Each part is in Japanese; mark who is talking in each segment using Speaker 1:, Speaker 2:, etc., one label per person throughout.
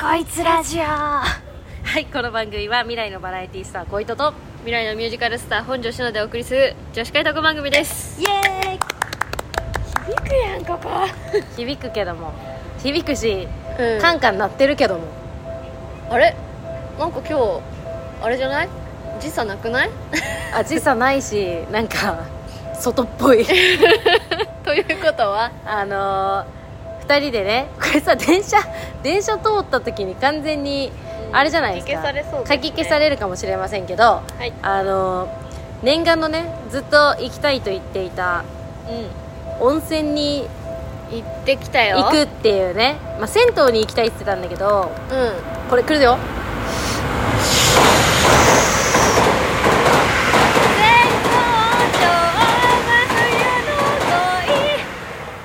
Speaker 1: こいつラジオ
Speaker 2: はいこの番組は未来のバラエティスター小糸と
Speaker 3: 未来のミュージカルスター本庄志乃でお送りする女子会特番組です
Speaker 1: イエーイ響くやんここ
Speaker 2: 響くけども響くし、
Speaker 3: うん
Speaker 2: 短歌になってるけども
Speaker 3: あれなんか今日あれじゃない時差な くない
Speaker 2: あ時差ないしなんか外っぽい
Speaker 3: ということは
Speaker 2: あのー、2人でねこれさ電車電車通った時に完全にあれじゃないですか
Speaker 3: 書き消されそうです
Speaker 2: 書
Speaker 3: ね
Speaker 2: き消されるかもしれませんけど
Speaker 3: はい
Speaker 2: あのー念願のねずっと行きたいと言っていた
Speaker 3: う
Speaker 2: 温泉に
Speaker 3: ん行ってきたよ
Speaker 2: 行くっていうね、まあ、銭湯に行きたいって言ってたんだけど
Speaker 3: うん
Speaker 2: これ来るよ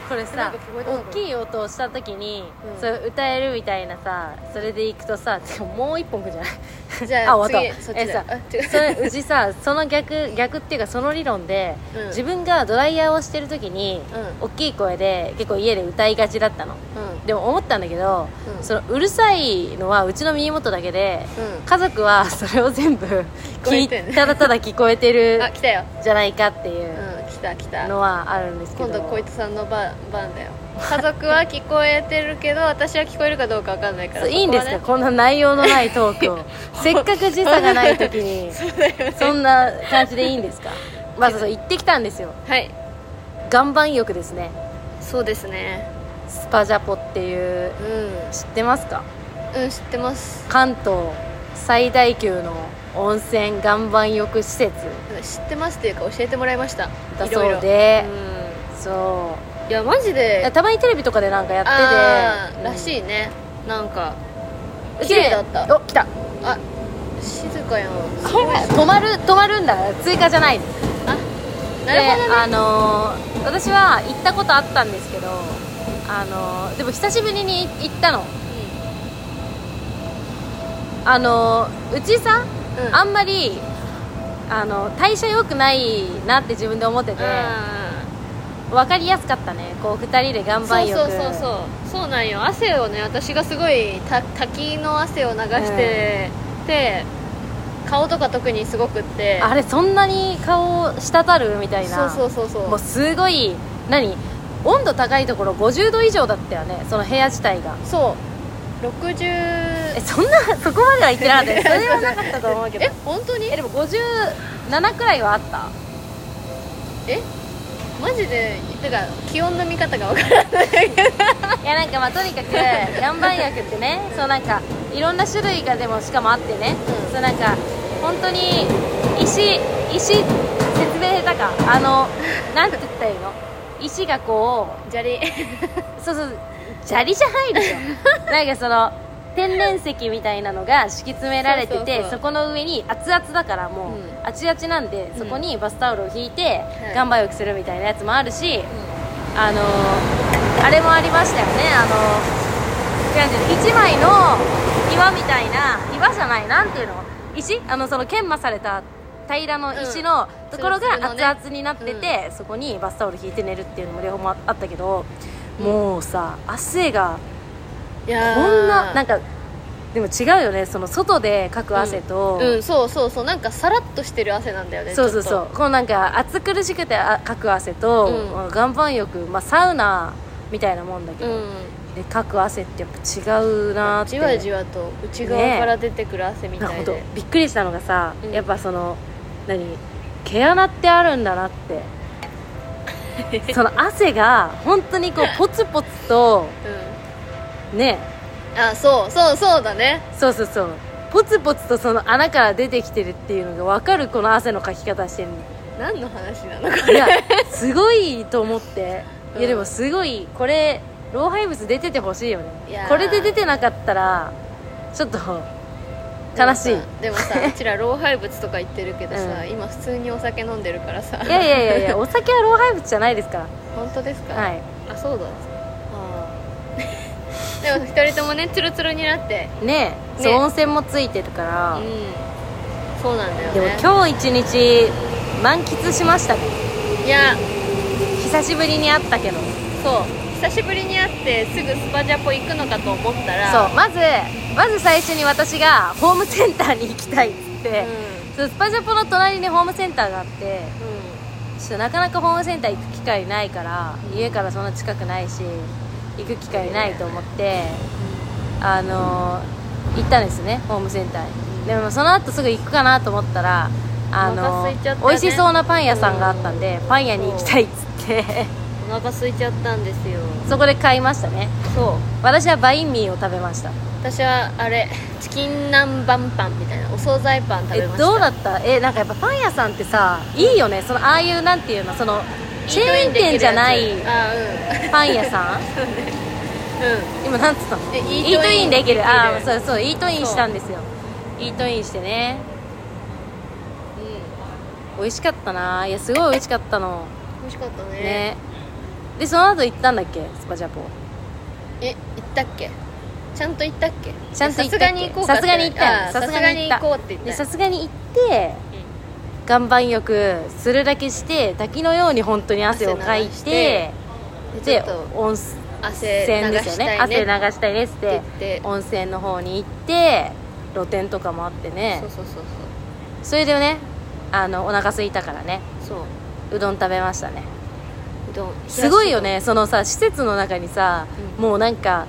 Speaker 2: これ
Speaker 3: なん
Speaker 2: さ
Speaker 3: か聞こえたの
Speaker 2: 大きい音をした時に、
Speaker 3: うん
Speaker 2: それ歌えるみたいなさそれで行くとさてかもう一本来るじゃない
Speaker 3: じゃあ
Speaker 2: 終わ
Speaker 3: 次そっちだあ
Speaker 2: え
Speaker 3: 違う
Speaker 2: さそれうちさその逆逆っていうかその理論で、
Speaker 3: うん
Speaker 2: 自分がドライヤーをしてる時に、
Speaker 3: う
Speaker 2: 大きい声で結構家で歌いがちだったの
Speaker 3: う
Speaker 2: でも思ったんだけど、
Speaker 3: うん
Speaker 2: そのうるさいのはうちの耳元だけで、
Speaker 3: うん
Speaker 2: 家族はそれを全部
Speaker 3: こ
Speaker 2: 聞
Speaker 3: え
Speaker 2: い
Speaker 3: てんね
Speaker 2: ただただ聞こえてる
Speaker 3: ん あ来たよ
Speaker 2: じゃないかっていううん
Speaker 3: 来た来た
Speaker 2: のはあるんですけど
Speaker 3: 今度こいつさんの番番だよ家族は聞こえてるけど私は聞こえるかどうかわかんないか
Speaker 2: そ
Speaker 3: ら
Speaker 2: ういいんですか、
Speaker 3: そこ
Speaker 2: こんな内容のないトー クをせっかく時差がない時にそんな感じでいいん ですかまずそう行ってきたんですよ
Speaker 3: はねはい
Speaker 2: 岩盤浴ですね
Speaker 3: そうですね
Speaker 2: スパジャポっていう
Speaker 3: う
Speaker 2: 知ってますか
Speaker 3: んうん知ってます
Speaker 2: 関東最大級の温泉岩盤浴施設
Speaker 3: 知ってますっていうか教えてもらいました
Speaker 2: だ
Speaker 3: いろい
Speaker 2: そ
Speaker 3: ろ
Speaker 2: うで
Speaker 3: う
Speaker 2: そ
Speaker 3: んいやマジ
Speaker 2: ういや
Speaker 3: で
Speaker 2: たまにテレビとかでなんかや
Speaker 3: あ
Speaker 2: ってて
Speaker 3: ーらしいねなんか
Speaker 2: うん
Speaker 3: 綺麗だった
Speaker 2: うちでお来た
Speaker 3: あ静かやん
Speaker 2: 止まる止まるんだ追加じゃない
Speaker 3: あ
Speaker 2: で
Speaker 3: なるほどね
Speaker 2: あのー私は行ったことあったんですけどあのーでも久しぶりに行ったのあのーうちさ、
Speaker 3: うん
Speaker 2: あんまりあの代謝良くないなって自分で思ってて分かりやすかったねこう2人で岩
Speaker 3: うんそ
Speaker 2: 盤
Speaker 3: う
Speaker 2: 浴
Speaker 3: そうそうそうそうなんよ汗をね私がすごいた滝の汗を流してて顔とか特にすごくって
Speaker 2: あれそんなに顔滴るみたい
Speaker 3: そ
Speaker 2: な
Speaker 3: うそうそうそう
Speaker 2: もうすごい何温度高いところ50度以上だったよねその部屋自体が
Speaker 3: そう60
Speaker 2: えそんなそこまでは行ってなかったよそれはなかったと思うけど
Speaker 3: え本当にえでも
Speaker 2: 57くらいはあった
Speaker 3: えマジでだから気温の見方が分からない
Speaker 2: いやなんかまあとにかく岩盤浴ってねそうなんかいろんな種類がでもしかもあってね、
Speaker 3: うん
Speaker 2: そうなんか本当に石石説明下手かあのなんて言ったらいいの石がこ
Speaker 3: 砂利
Speaker 2: うそうそう砂利じゃないでしょ なんかその天然石みたいなのが敷き詰められてて
Speaker 3: そ
Speaker 2: そう
Speaker 3: そうそう
Speaker 2: この上に熱々だからもう、
Speaker 3: うん
Speaker 2: あちあちなんでそこにバスタオルを引いて、
Speaker 3: い
Speaker 2: 岩盤浴するみたいなやつもあるし、あのーあれもありましたよねあのー違う違う1枚の岩みたいな岩じゃないなんていうの石あのその研磨された平らの石のところ
Speaker 3: ツルツル
Speaker 2: が
Speaker 3: のね
Speaker 2: 熱々になってて、そこにバスタオル引いて寝るっていうのも両方もあったけど、もうさ汗が
Speaker 3: いや
Speaker 2: こんななん
Speaker 3: か
Speaker 2: かでも違うよねその外でかく汗と、
Speaker 3: うん、そうそうそうなんかさらっとしてる汗なんだよね
Speaker 2: そうそう
Speaker 3: ち
Speaker 2: そ
Speaker 3: ょ
Speaker 2: う
Speaker 3: っ
Speaker 2: このなんか暑苦しくてあかく汗と、
Speaker 3: う
Speaker 2: 岩盤浴、まあ、サウナみたいなもんだけ
Speaker 3: と
Speaker 2: ど、
Speaker 3: うん
Speaker 2: でかく汗ってやっぱ違うなーって
Speaker 3: じわじわと内側から出てくる汗み
Speaker 2: なんかほ
Speaker 3: たい
Speaker 2: ん
Speaker 3: で、
Speaker 2: とびっくりしたのがさ、
Speaker 3: うん
Speaker 2: やっぱその何毛穴ってあるんだなってその汗が本当にこ うポツポツと
Speaker 3: う
Speaker 2: ね
Speaker 3: んあそうそうそうだね
Speaker 2: そうそうそうポツポツとその穴から出てきてるっていうのが分かるこの汗のかき方してる
Speaker 3: 何の話なのこ
Speaker 2: いやすごいと思ってい
Speaker 3: うん
Speaker 2: やでもすごいこれ老廃物出ててほしいよね
Speaker 3: いやー
Speaker 2: これで出てなかったらちょっと悲しい
Speaker 3: でも さでもさうちら老廃物とか言ってるけどさ、
Speaker 2: うん
Speaker 3: 今普通にお酒飲んでるからさ
Speaker 2: いやいやいやいや、お酒は老廃物じゃないですか。
Speaker 3: 本当ですから
Speaker 2: はい。
Speaker 3: あそうだでも二人ともねツルツルになって
Speaker 2: ねえ、
Speaker 3: ね
Speaker 2: そう温泉もついてるから、
Speaker 3: うんそうなんだよ
Speaker 2: でも
Speaker 3: ね
Speaker 2: 今日一日満喫しましたね。
Speaker 3: いや
Speaker 2: 久しぶりに会ったけど。
Speaker 3: そう久しぶりに会ってすぐスパジャポ行くのかと思ったら
Speaker 2: そうまずまず最初に私がホームセンターに行きたいっつって、そうスパジャポの隣にホームセンターがあって
Speaker 3: うんうん
Speaker 2: ちょっとなかなかホームセンター行く機会ないから家からそんな近くないし行く機会ないと思ってあのー行ったんですねホームセンターにでもその後すぐ行くかなと思ったらあ
Speaker 3: お
Speaker 2: の
Speaker 3: 腹
Speaker 2: ー
Speaker 3: 空いちゃったね
Speaker 2: 美味しそうなパン屋さんがあったんでパン屋に行きたいっつって
Speaker 3: お腹空いちゃったんですよ
Speaker 2: そこで買いましたね
Speaker 3: そう
Speaker 2: 私はバインミーを食べました
Speaker 3: 私はあれチキン南蛮パンみたいなお惣菜パン食べ
Speaker 2: え
Speaker 3: ました
Speaker 2: どうだったえなんかやっぱパン屋さんってさいいよねそのああいうなんていうのそのチェーン店じゃない
Speaker 3: あ
Speaker 2: パン屋 さん
Speaker 3: うんうん
Speaker 2: 今なんつったの
Speaker 3: えイートイン
Speaker 2: イートインできるああ
Speaker 3: できる
Speaker 2: そうそうイートインしたんですよイートインしてね美味しかったないやすごい美味しかったの
Speaker 3: 美味しかったね
Speaker 2: ねでその後行ったんだっけスパジャポ
Speaker 3: え行ったっけちゃんと行ったっけ
Speaker 2: ちゃんと行ったっけ
Speaker 3: さすがに行こうか
Speaker 2: さすがに行ったよ
Speaker 3: あー
Speaker 2: さ
Speaker 3: さ
Speaker 2: す
Speaker 3: す
Speaker 2: が
Speaker 3: が
Speaker 2: に行
Speaker 3: に行
Speaker 2: った
Speaker 3: こうって言った
Speaker 2: で
Speaker 3: よ
Speaker 2: さすがに行って岩盤浴するだけして滝のように本当に汗をかいて
Speaker 3: 汗流して
Speaker 2: で
Speaker 3: ちょっと
Speaker 2: 温
Speaker 3: 汗
Speaker 2: 泉
Speaker 3: 流
Speaker 2: ですよ
Speaker 3: し
Speaker 2: ね
Speaker 3: たい
Speaker 2: 汗
Speaker 3: ね
Speaker 2: 流したいですっ
Speaker 3: って
Speaker 2: て
Speaker 3: 言って
Speaker 2: 温泉の方に行って露店とかもあってね
Speaker 3: そうそうそう
Speaker 2: それでねあのお腹空いたからね
Speaker 3: そうそう
Speaker 2: うどん食べましたね
Speaker 3: うどん
Speaker 2: すごいよねそのさ施設の中にさ、
Speaker 3: う
Speaker 2: もうなんか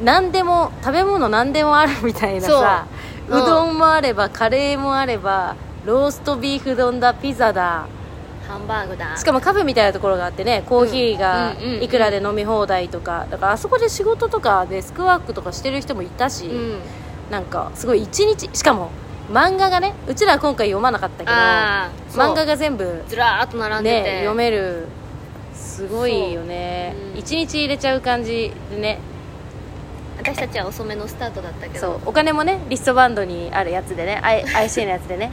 Speaker 2: ん何でも食べ物何でもあるみたいなさう,、
Speaker 3: そううん
Speaker 2: どんもあればカレーもあればローストビーフ丼だピザだ
Speaker 3: ハンバーグだ
Speaker 2: しかもカフェみたいなところがあってねコーヒーが
Speaker 3: うんうんうん
Speaker 2: いくらで飲み放題とかだからあそこで仕事とかデスクワークとかしてる人もいたし、
Speaker 3: うん
Speaker 2: なんかすごい一日しかも漫画がねうちらは今回読まなかったけど
Speaker 3: ああ
Speaker 2: 漫画
Speaker 3: が
Speaker 2: が全部
Speaker 3: ずらーっと並んでて
Speaker 2: ね読めるすごいよね
Speaker 3: そううん
Speaker 2: 一、日入れちゃう感じでね
Speaker 3: 私たちは遅めのスタートだったけど
Speaker 2: そうお金もねリストバンドにあるやつ でねアイ IC のやつでね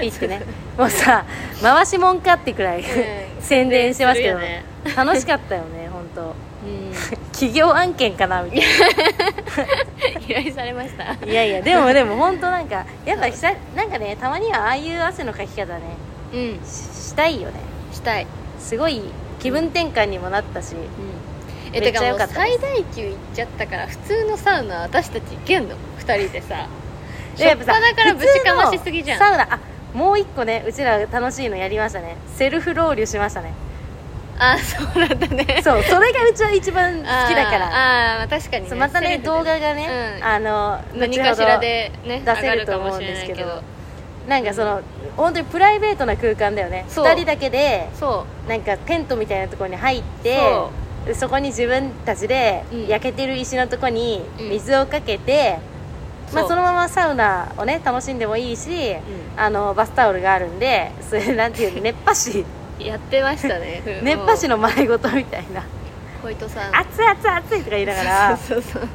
Speaker 2: ピーってねもうさ回しもんかってくらい、
Speaker 3: ん
Speaker 2: 宣伝してますけど
Speaker 3: するよね
Speaker 2: 楽しかったよね本当
Speaker 3: うん
Speaker 2: 企業案件かなみたいな
Speaker 3: 依頼されました
Speaker 2: いやいやでもでも本当なんかやっぱ久なんかねたまにはああいう汗のかき方ね
Speaker 3: うん
Speaker 2: ししたいよね
Speaker 3: したい
Speaker 2: すごい気分転換にもなったし、
Speaker 3: うんえ
Speaker 2: めってちゃ
Speaker 3: かも
Speaker 2: 良
Speaker 3: う
Speaker 2: かった
Speaker 3: 最大級行っちゃったから普通のサウナ私たち行けんの2人でさ
Speaker 2: でやっぱさ
Speaker 3: 初っ端からぶちかましすぎじゃん
Speaker 2: 普通のサウナあもう一個ねうちら楽しいのやりましたねセルフロウリュしました ね
Speaker 3: あそうだったね
Speaker 2: そうそれがうちは一 番好きだから
Speaker 3: あーあー確かに
Speaker 2: そうまたね動画がね、
Speaker 3: うん
Speaker 2: あの
Speaker 3: 何
Speaker 2: 後ほ
Speaker 3: か
Speaker 2: ど
Speaker 3: しらでね
Speaker 2: 出せ
Speaker 3: 上が
Speaker 2: ると
Speaker 3: かも
Speaker 2: 思うん
Speaker 3: しれ
Speaker 2: で
Speaker 3: な
Speaker 2: す
Speaker 3: い
Speaker 2: けどなんかその、本当にプライベートな空間だよね
Speaker 3: そう
Speaker 2: 2人だけで
Speaker 3: そ
Speaker 2: なんかテントみたいなところに入ってそこに自分たちで
Speaker 3: うん
Speaker 2: 焼けてる石のとこに
Speaker 3: うん
Speaker 2: 水をかけて、まあ、
Speaker 3: そう
Speaker 2: そのままサウナをね楽しんでもいいし、
Speaker 3: う
Speaker 2: あのバスタオルがあるんでそれなんていうの熱波師
Speaker 3: うやってましたね
Speaker 2: 熱波師
Speaker 3: の
Speaker 2: の習い事みたいな
Speaker 3: 小糸さん
Speaker 2: 熱い熱い熱いとか言いながら
Speaker 3: そうそうそう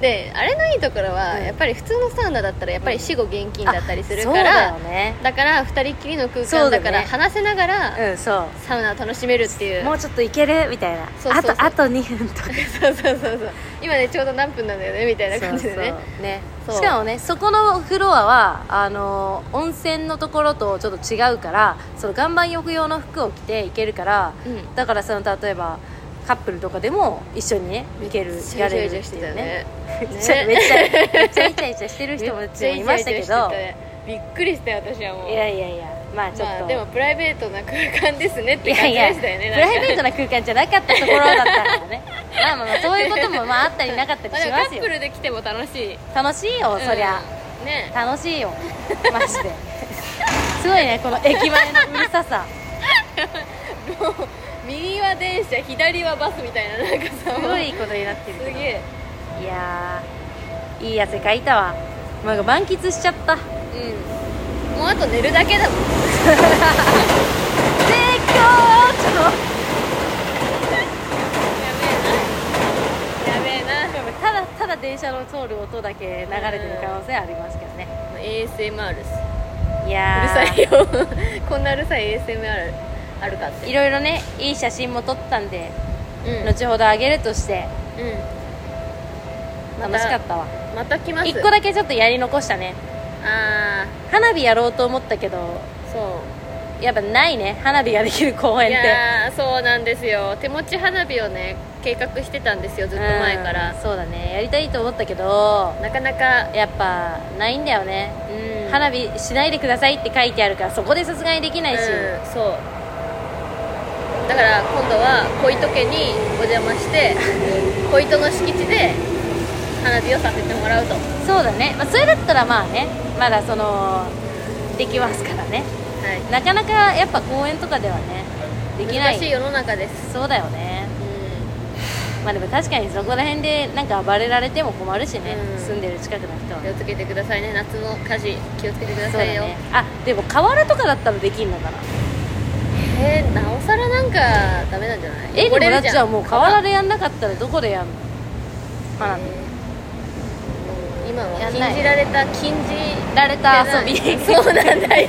Speaker 3: であれのいいところは、
Speaker 2: うん
Speaker 3: やっぱり普通のサウナだったらやっぱり死後現金だったりする
Speaker 2: あそう
Speaker 3: か
Speaker 2: だ
Speaker 3: ら
Speaker 2: よね
Speaker 3: だから2人っきりの空
Speaker 2: そう
Speaker 3: 間
Speaker 2: だね
Speaker 3: だから話せながら、
Speaker 2: うんそ
Speaker 3: サウナを楽しめるっていうう
Speaker 2: もうちょっといけるみたいな
Speaker 3: そうそうそう
Speaker 2: あとあと2分とか
Speaker 3: そうそうそうそう今ねちょうど何分なんだよねみたいな感じでね
Speaker 2: そうね
Speaker 3: そう
Speaker 2: しかもねそこのフロアはあのー温泉のところとちょっと違うからその岩盤浴用の服を着て行けるから
Speaker 3: うん
Speaker 2: だからその例えばカップルとかでも一緒にね行ける
Speaker 3: シ
Speaker 2: や
Speaker 3: ャシ
Speaker 2: れる
Speaker 3: ャ
Speaker 2: っ
Speaker 3: シ
Speaker 2: てい
Speaker 3: ャしてたよ
Speaker 2: う
Speaker 3: ね
Speaker 2: めっ
Speaker 3: ね
Speaker 2: ちゃめっちゃめっちゃイチャイチャしてる人も
Speaker 3: めっ
Speaker 2: うち
Speaker 3: ちゃ
Speaker 2: もいました
Speaker 3: イチャ
Speaker 2: け
Speaker 3: イチャして
Speaker 2: ど
Speaker 3: たねびっくりしたよ私はもう
Speaker 2: いやいやいやまあちょっ
Speaker 3: ま
Speaker 2: と、
Speaker 3: あ、でもプライベートな空間ですねっ
Speaker 2: い
Speaker 3: て
Speaker 2: や
Speaker 3: 感
Speaker 2: い
Speaker 3: じで
Speaker 2: や、
Speaker 3: したよね
Speaker 2: プライベー
Speaker 3: ト
Speaker 2: トな空間じゃなかったところだったから ねまあまあまあそういうこともまああったりなかったりしま
Speaker 3: カ
Speaker 2: す
Speaker 3: ッ
Speaker 2: よ
Speaker 3: プルで来ても楽しい
Speaker 2: 楽しいよ、そりゃ
Speaker 3: うんね
Speaker 2: 楽しいよマジですごいねこの駅前のうるささ
Speaker 3: 右は電車左はバスみたいななんかさ
Speaker 2: すごいことになってる
Speaker 3: す
Speaker 2: け
Speaker 3: げ
Speaker 2: ど
Speaker 3: え
Speaker 2: いやーいい汗かいたわなんか満喫しちゃったで
Speaker 3: うんもうあと寝るだけだもん
Speaker 2: 今日ちょっ
Speaker 3: やべえなやべ
Speaker 2: とただただ電車の通る音だけ流れてる可能性ありますけどね
Speaker 3: えな ASMR です
Speaker 2: いうや
Speaker 3: る
Speaker 2: ー
Speaker 3: さいよこんなうるさい ASMR あるかって
Speaker 2: いろいろねいい写真も撮ったんで、
Speaker 3: うん
Speaker 2: 後ほどあげるとして
Speaker 3: ま
Speaker 2: 楽しかったわ
Speaker 3: また来ます
Speaker 2: 一個だけちょっとやり残したね
Speaker 3: ああ
Speaker 2: 花火やろうと思ったけど
Speaker 3: そう
Speaker 2: やっぱないね花火ができる公園
Speaker 3: い
Speaker 2: って
Speaker 3: やーそうなんですよ手持ち花火をね計画してたんですよずっと前か
Speaker 2: う
Speaker 3: ら
Speaker 2: ん、そうだねやりたいと思ったけど
Speaker 3: なかなか、
Speaker 2: やっぱないんだよね
Speaker 3: うん
Speaker 2: 花火しないでくださいって書いてあるからそこでさすがにできないし、
Speaker 3: うんそうだから今度は小糸家にお邪魔して 小糸の敷地で花火をさせてもらうとはい
Speaker 2: そうだね、まあ、それだったらまあねまだそのできますからねなかなかやっぱ公園とかではねできない
Speaker 3: 難しい世の中です
Speaker 2: そうだよね
Speaker 3: う
Speaker 2: まあでも確かにそこら辺でなんか暴れられても困るしね、
Speaker 3: うん
Speaker 2: 住んでる近くの人は
Speaker 3: ん気をつけてくださいね夏の火事気をつけてくだ
Speaker 2: そうだ
Speaker 3: さいよ、
Speaker 2: ねあでも河原とかだったらできんのかな
Speaker 3: えー、なおさらなんかダメなんじゃない
Speaker 2: えで
Speaker 3: 汚
Speaker 2: も
Speaker 3: れ
Speaker 2: だっ
Speaker 3: る
Speaker 2: ち
Speaker 3: じ
Speaker 2: ゃ
Speaker 3: ゃ
Speaker 2: あ
Speaker 3: ん
Speaker 2: もう河原でやんなかったらどこでやんの花火
Speaker 3: えー今
Speaker 2: や
Speaker 3: は
Speaker 2: んない
Speaker 3: 禁じられた禁じ
Speaker 2: られた遊び
Speaker 3: そうなんだよ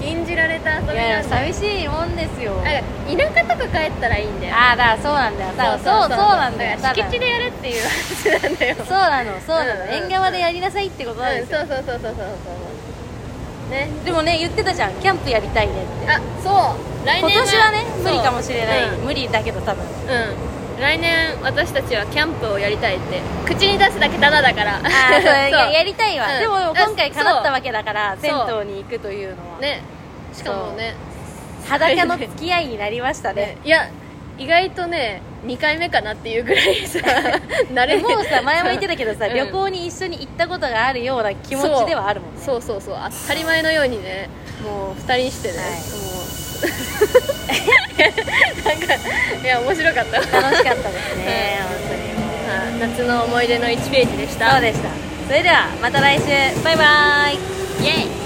Speaker 3: 禁じられた遊び
Speaker 2: いや
Speaker 3: なんだ
Speaker 2: 寂しいもんですよ
Speaker 3: なんか田舎とか帰ったらいいんだよ
Speaker 2: ああだからそうなんだよだからそうそうなんだよ
Speaker 3: から敷
Speaker 2: ただ
Speaker 3: 地でやるっていう話なんだよ
Speaker 2: そうなのそうなの、
Speaker 3: うんうん
Speaker 2: 縁側でやりなさいってことなん
Speaker 3: う
Speaker 2: で
Speaker 3: ん
Speaker 2: すよ、
Speaker 3: そうそうそうそうそうそうね
Speaker 2: でもね言ってたじゃんキャンプやりたいねって
Speaker 3: あそう来
Speaker 2: 今
Speaker 3: 年
Speaker 2: 年はね無理かもしれない、
Speaker 3: うん、
Speaker 2: 無理だけど多分
Speaker 3: うん来年私たちはキャンプをやりたいって口に出すだけタダだからあ
Speaker 2: あ あそうややりたいわ、
Speaker 3: うん
Speaker 2: でも今回
Speaker 3: あ
Speaker 2: 叶ったわけだから
Speaker 3: そう
Speaker 2: 銭湯に行くというのは、
Speaker 3: ねしかもね
Speaker 2: 裸の付き合いになりました ね
Speaker 3: いや意外とね2回目かなっていうぐ らいさ慣
Speaker 2: で
Speaker 3: れ
Speaker 2: もう さ前も言って たけどさ、
Speaker 3: うん
Speaker 2: 旅行に一緒に行ったことがあるような気持ちではあるもんね
Speaker 3: そうそうそう当たり前のようにねもう2人してね、
Speaker 2: はい
Speaker 3: もう なんかいや面白かったわ
Speaker 2: 楽しかったですね本当にもう
Speaker 3: はい夏の思い出の1ページでした
Speaker 2: そうでしたそれではまた来週バイバーイイエイ